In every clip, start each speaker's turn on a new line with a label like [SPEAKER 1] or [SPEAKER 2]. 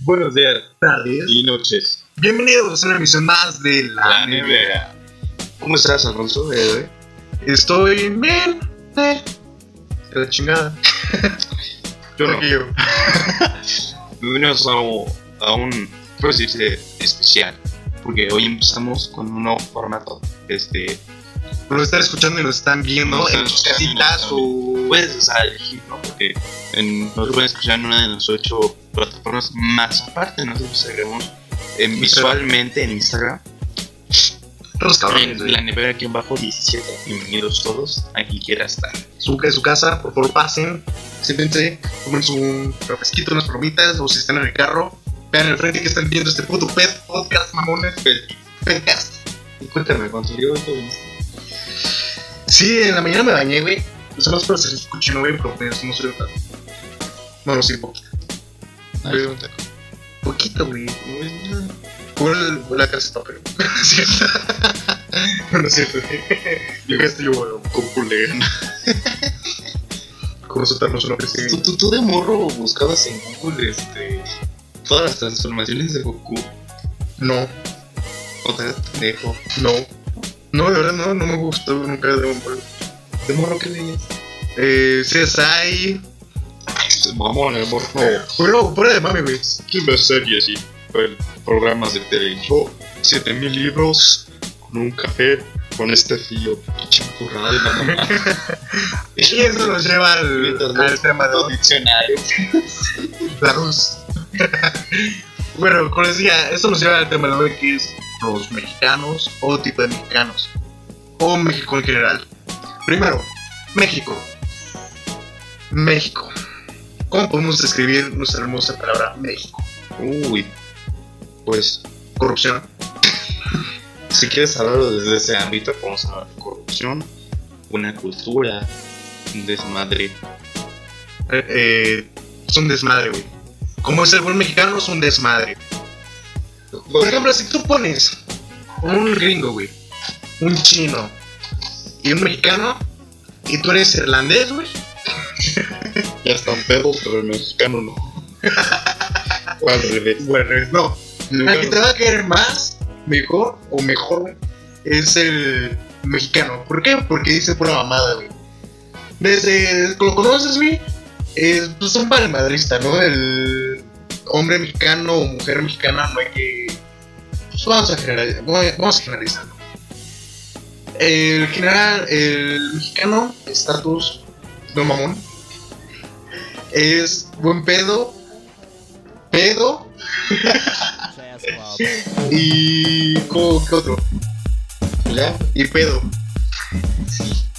[SPEAKER 1] Buenos días,
[SPEAKER 2] tardes
[SPEAKER 1] y noches.
[SPEAKER 2] Bienvenidos a una emisión más de La,
[SPEAKER 1] La
[SPEAKER 2] Nevera.
[SPEAKER 1] nevera. ¿Cómo estás, Alfonso? Eh,
[SPEAKER 2] Estoy bien, eh, de la chingada.
[SPEAKER 1] Yo no.
[SPEAKER 2] Tranquilo.
[SPEAKER 1] Bienvenidos a, un- a un procedimiento especial. Porque hoy empezamos con un nuevo formato. Este,
[SPEAKER 2] Nos están escuchando y nos están viendo
[SPEAKER 1] Nos
[SPEAKER 2] en
[SPEAKER 1] están
[SPEAKER 2] sus
[SPEAKER 1] escuchando,
[SPEAKER 2] casitas o...
[SPEAKER 1] puedes o sea, elegir, ¿no? Porque en- nos pueden escuchar en una de las ocho plataformas más aparte. Nosotros agregamos eh, visualmente en Instagram.
[SPEAKER 2] Los cabrones,
[SPEAKER 1] Pues, En
[SPEAKER 2] güey.
[SPEAKER 1] la nevera aquí abajo, 17. Bienvenidos todos a quien quiera estar.
[SPEAKER 2] su, en su casa, por favor pasen, siéntense, comen su refresquito, unas palomitas, o si están en el carro, vean el frente que están viendo este puto pet podcast, mamones,
[SPEAKER 1] Pet.
[SPEAKER 2] podcast.
[SPEAKER 1] Y cuéntame, ¿cuánto llegó tu
[SPEAKER 2] Sí, en la mañana me bañé, güey. O sea, no espero que se escuche, no, güey, pero pues, no soy tan... Bueno, sí, po- poquito, güey. Por la casa de papel. No es cierto. No es cierto, güey. Yo que estoy, bueno, con culera. Con eso tenemos una
[SPEAKER 1] ¿Tú,
[SPEAKER 2] presidencia.
[SPEAKER 1] tú, tú de morro buscabas en Google este, todas las transformaciones de Goku.
[SPEAKER 2] No.
[SPEAKER 1] O te hagas pendejo.
[SPEAKER 2] No. No, de verdad no, no me gustó nunca Dragon Ball.
[SPEAKER 1] ¿De morro qué leías?
[SPEAKER 2] Eh, CSI.
[SPEAKER 1] Mamón, el morro.
[SPEAKER 2] Bueno, fuera de mami, güey.
[SPEAKER 1] Tuve series y eh, programas de televisión. 7000 libros con un café con este tío. Chimpurrada de la mamá.
[SPEAKER 2] Y eso nos lleva al,
[SPEAKER 1] Mientras no-
[SPEAKER 2] al tema de
[SPEAKER 1] Todo
[SPEAKER 2] hoy,
[SPEAKER 1] diccionario.
[SPEAKER 2] la luz. bueno, como les decía, eso nos lleva al tema de hoy que es los mexicanos o tipo de mexicanos. O México en general. Primero, México. México. ¿Cómo podemos describir nuestra hermosa palabra México?
[SPEAKER 1] Uy. Pues,
[SPEAKER 2] Corrupción.
[SPEAKER 1] si quieres hablarlo desde ese ámbito, podemos hablar de corrupción, una cultura, un desmadre.
[SPEAKER 2] Eh, eh, es un desmadre, güey. Como es el buen mexicano, es un desmadre. Por ejemplo, si tú pones un gringo, güey, un chino y un mexicano, y tú eres irlandés, güey,
[SPEAKER 1] Ya están pedos, pero el mexicano no. O al revés.
[SPEAKER 2] bueno, no. El que te va a caer más, mejor o mejor es el mexicano. ¿Por qué? Porque dice pura mamada, güey. Desde que lo conoces, güey, es pues, un madrista, ¿no? El hombre mexicano o mujer mexicana no hay que. Pues vamos a generalizar. Vamos a generalizar. ¿no? El general, el mexicano, estatus, no mamón, es buen pedo, pedo, y. ¿cómo- ¿Qué otro?
[SPEAKER 1] Ya,
[SPEAKER 2] Y pedo.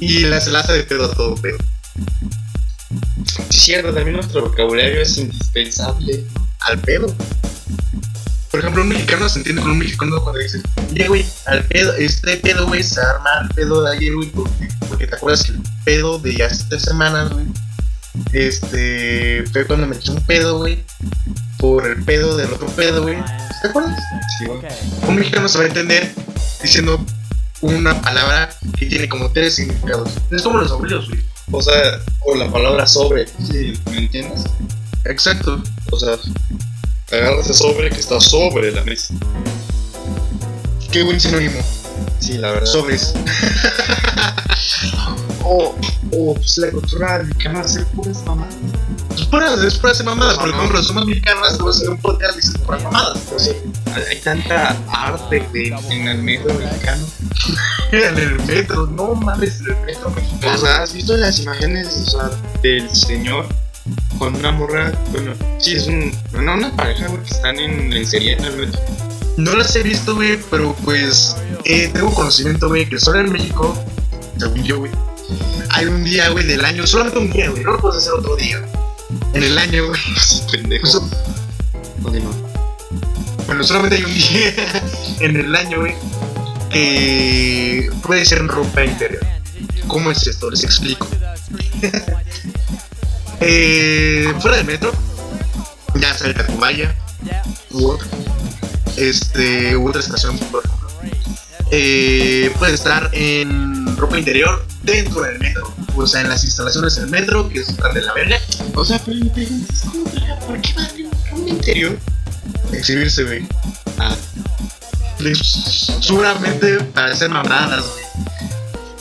[SPEAKER 2] Y la enlaza de pedo a todo pedo.
[SPEAKER 1] sí, cierto, también nuestro vocabulario es indispensable.
[SPEAKER 2] Al pedo. Por ejemplo, un mexicano se entiende con un mexicano cuando dice, oye, güey, al pedo, este pedo, güey, se arma al pedo de ayer, güey, porque, porque te acuerdas que el pedo de hace tres semanas, güey, este, fue cuando me eché un pedo, güey, por el pedo del otro pedo, güey. ¿Te acuerdas?
[SPEAKER 1] Sí, güey.
[SPEAKER 2] Un mexicano se va a entender diciendo una palabra que tiene como tres significados. Es como los abuelos, güey.
[SPEAKER 1] O sea, o la palabra sobre. Sí, ¿me entiendes?
[SPEAKER 2] Exacto.
[SPEAKER 1] O sea, te agarras el sobre que está sobre la mesa.
[SPEAKER 2] Qué buen sinónimo.
[SPEAKER 1] Sí, la verdad.
[SPEAKER 2] Sobres.
[SPEAKER 1] o, o pues la cultura mexicana hace puras mamadas.
[SPEAKER 2] Es pura, es pura hacer mamadas. Por ejemplo, somos mexicanos, te vas a hacer pues, un podcast y dices pura mamadas. pues,
[SPEAKER 1] O sea, hay tanta arte de- en el metro mexicano.
[SPEAKER 2] En el metro, no mames, en el metro
[SPEAKER 1] O
[SPEAKER 2] mexicano.
[SPEAKER 1] sea, ¿has visto las imágenes o sea, del señor con una morra? Bueno, sí, es un, no, una pareja, güey, que están en lencería en el metro.
[SPEAKER 2] No las he visto, güey, pero pues eh, tengo conocimiento, güey, que solo en México, según yo, güey, hay un día, güey, del año, solamente un día, güey, no lo puedes hacer otro día. En el año, güey.
[SPEAKER 1] Pendejo.
[SPEAKER 2] Eso-
[SPEAKER 1] Continúa.
[SPEAKER 2] Bueno, solamente hay un día en el año, güey, que puede ser en ropa interior. ¿Cómo es esto? Les explico. Eh, fuera del metro, ya sea el Tacubaya u otro, este, u otra estación, por ejemplo, eh, puede estar en ropa interior dentro del metro, o sea, en las instalaciones del metro que están de la verga.
[SPEAKER 1] O sea, pero me preguntas, ¿cómo, ¿por qué va a tener un interior?
[SPEAKER 2] exhibirse, güey. Ah. De- Seguramente para hacer mamadas,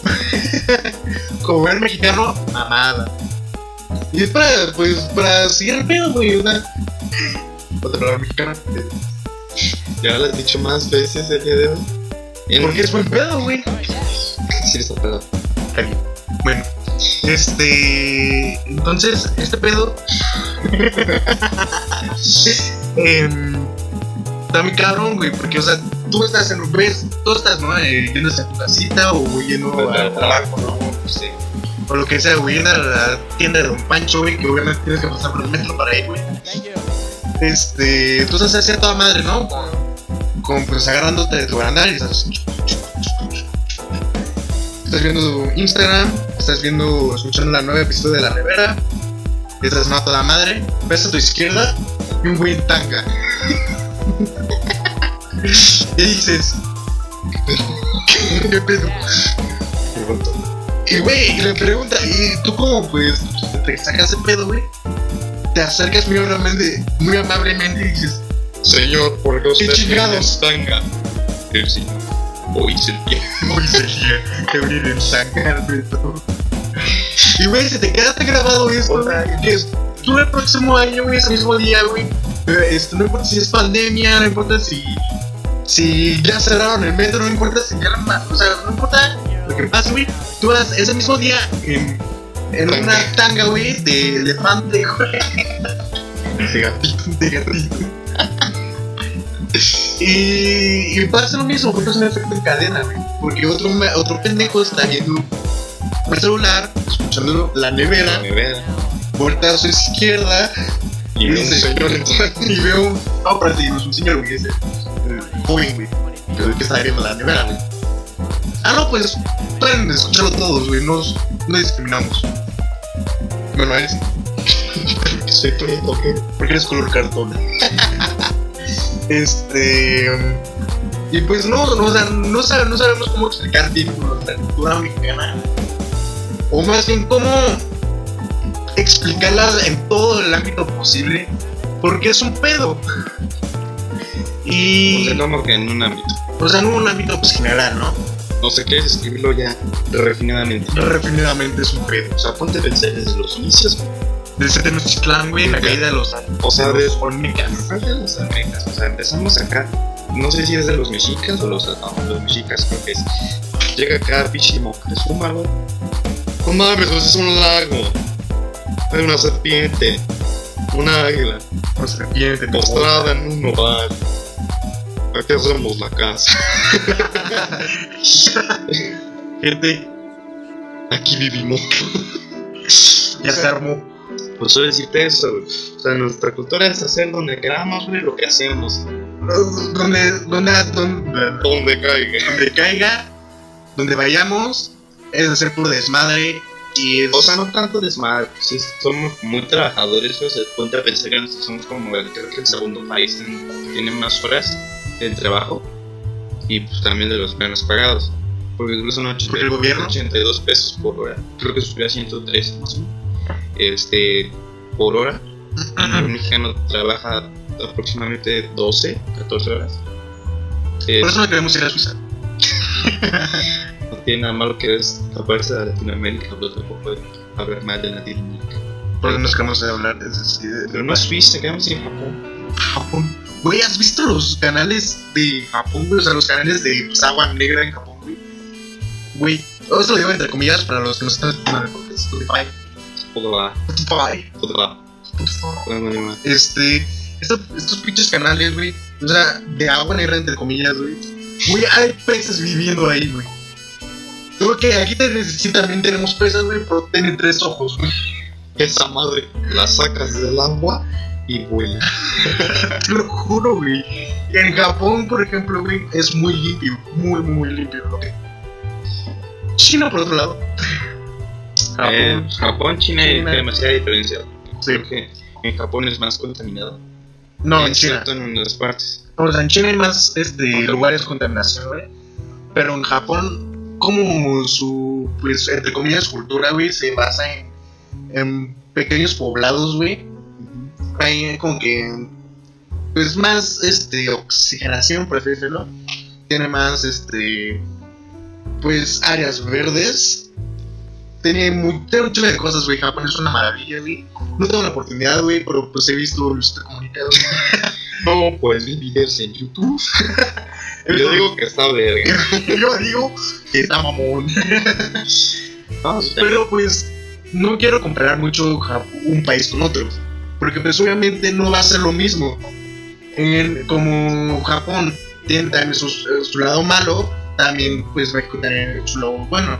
[SPEAKER 2] güey. Como el mexicano, mamada. Y es para, pues, para seguir el pedo, güey. Una... Otra palabra mexicana.
[SPEAKER 1] Ya lo has dicho más veces el día de hoy. En-
[SPEAKER 2] Porque es buen pedo, güey.
[SPEAKER 1] Sí, está pedo.
[SPEAKER 2] Bueno, este. Entonces, este pedo. em, está muy cabrón, güey, porque, o sea, tú estás en un. Ves, tú estás, ¿no? Eh, yéndose a tu casita o yendo
[SPEAKER 1] Al
[SPEAKER 2] al trabajo, ¿no? Sí. O lo que sea, güey, yendo a la tienda de Don Pancho, güey, que obviamente tienes que pasar por el metro para ir, güey. Este. Tú estás así a toda madre, ¿no? Con, con, pues agarrándote de tu barandal y estás. Estás viendo su Instagram, estás viendo, escuchando la nueva episodio de La Rivera, estás no a toda madre, ves a tu izquierda y un güey en tanga. y dices, ¿qué pedo? Y güey, y le pregunta, ¿y tú cómo pues te sacas de pedo, güey? Te acercas muy amablemente, muy amablemente y dices,
[SPEAKER 1] Señor, ¿por qué usted
[SPEAKER 2] ¿Qué chingados?
[SPEAKER 1] tiene tanga? El señor. Hoy es el día.
[SPEAKER 2] Muy sería te venir en tanga, güey, ¿no?". Y güey, se te queda tan grabado esto, güey, que es- tú el próximo año, güey, ese mismo día, güey. eh, Esto, no importa si es pandemia, no importa si, si ya cerraron el metro, no importa si ya la ma- O sea, no importa lo que pase, güey. Tú vas ese mismo día en, en
[SPEAKER 1] Tanga.
[SPEAKER 2] una tanga, güey, de elefante, güey. De gatito, de gatito. Y, y pasa lo mismo, porque es un efecto en cadena, güey. Porque otro, ma- otro pendejo está viendo el celular, escuchando la nevera,
[SPEAKER 1] Me vean.
[SPEAKER 2] voltea a su izquierda
[SPEAKER 1] Y
[SPEAKER 2] y
[SPEAKER 1] veo un
[SPEAKER 2] dice,
[SPEAKER 1] señor en tanga.
[SPEAKER 2] y veo un. No, pero sí, no es un señor, güey, ese. eh, Joven, güey. Pero que está abriendo la nevera, güey. Ah, no, pues pueden escucharlo todos, güey. No, no discriminamos. Bueno, eres.
[SPEAKER 1] Soy prieto, ¿qué?
[SPEAKER 2] Porque eres color cartón. este. Y pues no, no, o sea, no, sabe- no sabemos cómo explicar bien nuestra cultura mexicana. O más bien, cómo explicarla en todo el ámbito posible. Porque es un pedo. Y.
[SPEAKER 1] Porque no, que en un ámbito.
[SPEAKER 2] O sea, en un ámbito pues, general, ¿no?
[SPEAKER 1] No sé qué escribirlo ya refinadamente.
[SPEAKER 2] Definitivamente es un pedo.
[SPEAKER 1] O sea, ponte a pensar desde los inicios.
[SPEAKER 2] Desde Tenochtitlán, güey, la caída de los
[SPEAKER 1] O sea,
[SPEAKER 2] de
[SPEAKER 1] de
[SPEAKER 2] los Olmecas.
[SPEAKER 1] Antes de los aztecas, o sea, empezamos acá. No sé si es de los mexicas o los. No, los mexicas creo que es. Llega acá, pinche Moctezuma, güey. No mames, pues es un lago. Hay una serpiente. Una águila.
[SPEAKER 2] O serpiente,
[SPEAKER 1] Postrada en un oval. Aquí hacemos la casa.
[SPEAKER 2] Gente,
[SPEAKER 1] Aquí vivimos.
[SPEAKER 2] ya se armó.
[SPEAKER 1] Pues suelo decirte eso, güey. O sea, nuestra cultura es hacer donde queramos, güey, lo que hacemos.
[SPEAKER 2] Donde, donde, donde,
[SPEAKER 1] Donde caiga.
[SPEAKER 2] donde caiga, donde vayamos, es hacer por desmadre. Y es,
[SPEAKER 1] O sea, no tanto desmadre, sí, somos muy trabajadores, o sea, ponte a pensar que nosotros somos como el, creo que el segundo país en- tiene más horas de trabajo y pues también de los menos pagados. Porque creo que son 80
[SPEAKER 2] ¿Porque el gobierno?
[SPEAKER 1] 82 pesos por hora, creo que subió a 103 más o menos, este, por hora. Y Un mexicano trabaja aproximadamente 12, 14 horas. Eh,
[SPEAKER 2] por eso no queremos ir a Suiza.
[SPEAKER 1] no tiene nada malo que es taparse a Latinoamérica, pero tampoco hablar mal de Latinoamérica.
[SPEAKER 2] Porque nos queremos hablar de, de- de-
[SPEAKER 1] Pero no es Suiza, quedamos en Japón.
[SPEAKER 2] Japón. Güey, ¿has visto los canales de Japón, güey? O sea, los canales de pues, agua negra en Japón, güey. Güey, eso lo digo entre comillas para los que nos están escuchando en el podcast. Spotify.
[SPEAKER 1] Jodoba,
[SPEAKER 2] Spotify.
[SPEAKER 1] jodoba,
[SPEAKER 2] Spotify.
[SPEAKER 1] jodoba, jodoba.
[SPEAKER 2] Este, estos, estos pinches canales, güey. O sea, de agua negra entre comillas, güey. Güey, hay peces viviendo ahí, güey. Creo que aquí te- sí también tenemos peces, güey, pero tienen tres ojos, güey.
[SPEAKER 1] Esa madre la sacas del agua y vuela.
[SPEAKER 2] Te lo juro, güey. Y en Japón, por ejemplo, güey, es muy limpio. Muy, muy limpio, lo que. China, por otro lado. Japón.
[SPEAKER 1] Eh, Japón, China hay
[SPEAKER 2] China.
[SPEAKER 1] demasiada diferencia.
[SPEAKER 2] Sí.
[SPEAKER 1] Creo que en Japón es más contaminado.
[SPEAKER 2] No, en China.
[SPEAKER 1] Excepto en unas partes.
[SPEAKER 2] O sea, en China hay más este, lugares de contaminación, güey. Pero en Japón, como su, pues, entre comillas, cultura, güey, se basa en, en pequeños poblados, güey. Hay como que pues más este oxigenación, por así decirlo. Tiene más este pues áreas verdes. Tiene, mu- tiene un chingo de cosas, güey. Japón es una maravilla, güey. No tengo la oportunidad, güey, pero pues he visto los comunicados.
[SPEAKER 1] No puedes ver videos en YouTube. Yo digo que está verga.
[SPEAKER 2] yo digo que está mamón. Ah,
[SPEAKER 1] No, o sea,
[SPEAKER 2] Pero pues no quiero comparar mucho Jap- un país con otro, porque pues obviamente no va a ser lo mismo. En- como Japón tiene también su, su lado malo, también pues México tiene su lado bueno,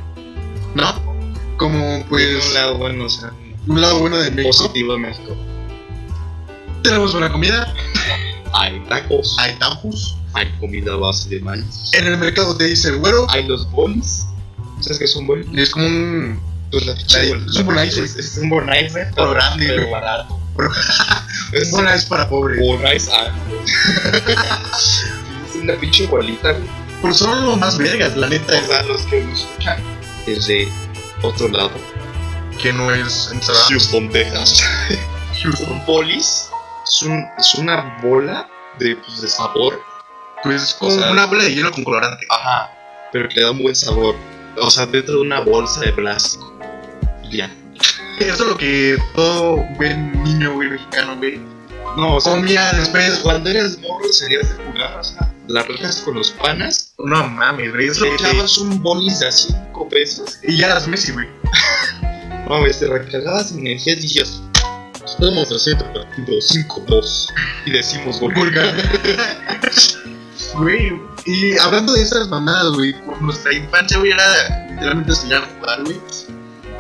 [SPEAKER 2] ¿no? Como
[SPEAKER 1] pues, un
[SPEAKER 2] pues
[SPEAKER 1] lado bueno, o sea,
[SPEAKER 2] un lado bueno de México.
[SPEAKER 1] positivo de México.
[SPEAKER 2] Tenemos buena comida,
[SPEAKER 1] Hay tacos,
[SPEAKER 2] hay tapus,
[SPEAKER 1] hay comida a base de maíz,
[SPEAKER 2] en el mercado te dice güero,
[SPEAKER 1] hay los bolis. ¿Sabes qué es un boli?
[SPEAKER 2] es como un...
[SPEAKER 1] Pues la
[SPEAKER 2] Sí, es un bonaice.
[SPEAKER 1] Es, es un bonaice,
[SPEAKER 2] Pero grande,
[SPEAKER 1] pero
[SPEAKER 2] güey.
[SPEAKER 1] barato.
[SPEAKER 2] Pero-
[SPEAKER 1] es un
[SPEAKER 2] Bueno, es para pobres.
[SPEAKER 1] bonaice. ah. es una pinche bolita, güey.
[SPEAKER 2] Pero son los más vergas, la neta,
[SPEAKER 1] O sea, los que nos escuchan desde otro lado.
[SPEAKER 2] que no es ensalada.
[SPEAKER 1] Houston, Texas. Un bolis es, un- es una bola de, pues, de sabor.
[SPEAKER 2] Pues es como
[SPEAKER 1] O sea,
[SPEAKER 2] una bola de hielo con colorante.
[SPEAKER 1] Ajá. Pero que le da un buen sabor. O sea, dentro de una bolsa de plástico. Y Ya.
[SPEAKER 2] Eso es lo que todo buen niño, güey, mexicano, güey,
[SPEAKER 1] No, o sea,
[SPEAKER 2] comía Oh, después.
[SPEAKER 1] cuando eras morro salías de jugar, o sea, las retas con los panas.
[SPEAKER 2] No mames, güey, es lo
[SPEAKER 1] Le
[SPEAKER 2] que...
[SPEAKER 1] echabas un bolis de 5 pesos.
[SPEAKER 2] Y ya las Messi, güey.
[SPEAKER 1] Mames, te recargabas este, energía "Pues, y decías: Estamos haciendo el partido 5-2. Y decimos gol.
[SPEAKER 2] Vulgar. Güey, y hablando de esas mamadas, güey, por nuestra infancia, güey, era literalmente enseñar a jugar, güey,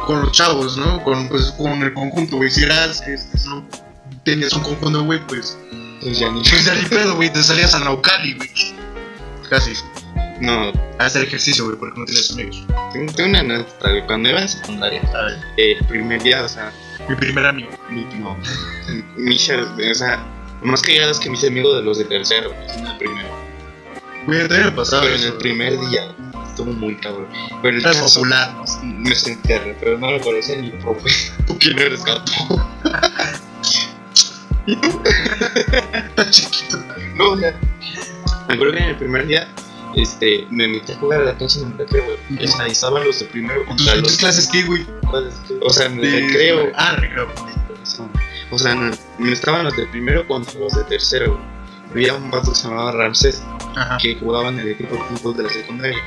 [SPEAKER 2] con los chavos, ¿no? Con, pues, con el conjunto, güey, si eras, este, no, tenías un conjunto, güey, pues,
[SPEAKER 1] Pues ya ni.
[SPEAKER 2] pues ya ni pedo, güey, te salías a Naucali, güey. Casi,
[SPEAKER 1] No,
[SPEAKER 2] a hacer ejercicio, güey, porque no tienes amigos.
[SPEAKER 1] tengo, tengo una anécdota, güey. Cuando iba en secundaria,
[SPEAKER 2] A ver,
[SPEAKER 1] eh, el primer día, o sea,
[SPEAKER 2] mi primer amigo.
[SPEAKER 1] mi, no, Michelle, o sea, más que ya es que mis amigos de los de tercero, pues, no el primero.
[SPEAKER 2] Güey, también me pasaba
[SPEAKER 1] Pero en
[SPEAKER 2] Ah, eso,
[SPEAKER 1] el
[SPEAKER 2] güey.
[SPEAKER 1] primer día, estuvo muy cabrón. Pero el
[SPEAKER 2] Era
[SPEAKER 1] caso,
[SPEAKER 2] popular, ¿no?
[SPEAKER 1] me sentí arre, pero no lo conocía ni profe. ¿Tú quién eres, gato?
[SPEAKER 2] Está chiquito.
[SPEAKER 1] No, o sea, me acuerdo que en el primer día este, me metí a jugar a la cancha del recreo,
[SPEAKER 2] Ujú.
[SPEAKER 1] güey. Estadizaban los de primero contra
[SPEAKER 2] ¿Tus
[SPEAKER 1] los
[SPEAKER 2] clases qué, güey?
[SPEAKER 1] O sea, en
[SPEAKER 2] De-
[SPEAKER 1] el recreo.
[SPEAKER 2] Ah, recreo.
[SPEAKER 1] O sea, no, me estaban los de primero contra los de tercero, güey. Había un vato que se llamaba Ramses
[SPEAKER 2] Ajá.
[SPEAKER 1] que jugaba en el equipo de fútbol de la secundaria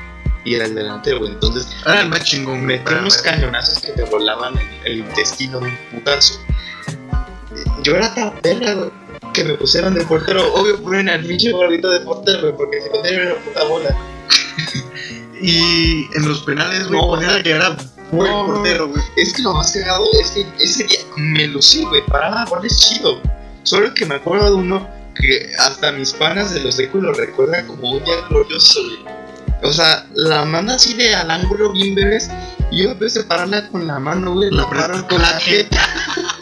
[SPEAKER 1] y era el delantero, güey. Entonces
[SPEAKER 2] Era el más chingón, güey.
[SPEAKER 1] metí unos
[SPEAKER 2] para-
[SPEAKER 1] cañonazos que te volaban el, el intestino de un putazo. Yo era tan perra, güey, que me pusieron de portero. Obvio, ponen al pinche gordito de portero, güey, porque si no tenía una puta bola.
[SPEAKER 2] Y en los penales, güey,
[SPEAKER 1] No.
[SPEAKER 2] ponía que era buen
[SPEAKER 1] No, no.
[SPEAKER 2] portero, güey.
[SPEAKER 1] Es que lo más cagado es que ese día me lucí, güey, paraba goles chido. Solo que me acuerdo de uno que hasta mis panas de los ecos lo recuerdan como un día glorioso, güey. O sea, la manda así de al ángulo bien bebés y yo empecé a pararla con la mano, güey, la paro con la jeta.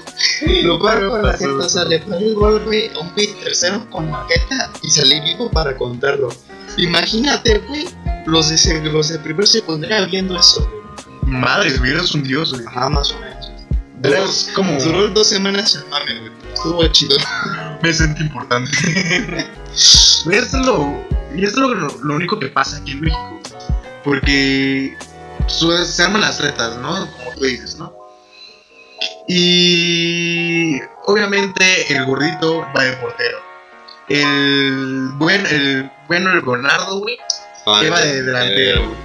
[SPEAKER 1] Lo paro con la jeta, o sea, le paré el gol, güey, a un güey tercero con la jeta y salí vivo para contarlo. Imagínate, güey, los de, se- los de primer secundaria viendo eso, güey.
[SPEAKER 2] Madres, güey, eres un dios, güey.
[SPEAKER 1] Ajá, más o menos. Duró,
[SPEAKER 2] Eras como.
[SPEAKER 1] duró dos semanas el mame, güey. Estuvo chido.
[SPEAKER 2] Me sentí importante. Güey, Eso es lo. Y eso es lo, lo único que pasa aquí en México. Porque su- se arman las retas, ¿no? Como tú dices, ¿no? Y obviamente el gordito va de portero. El buen, el bueno, el Gonardo, güey, que va de delantero, güey.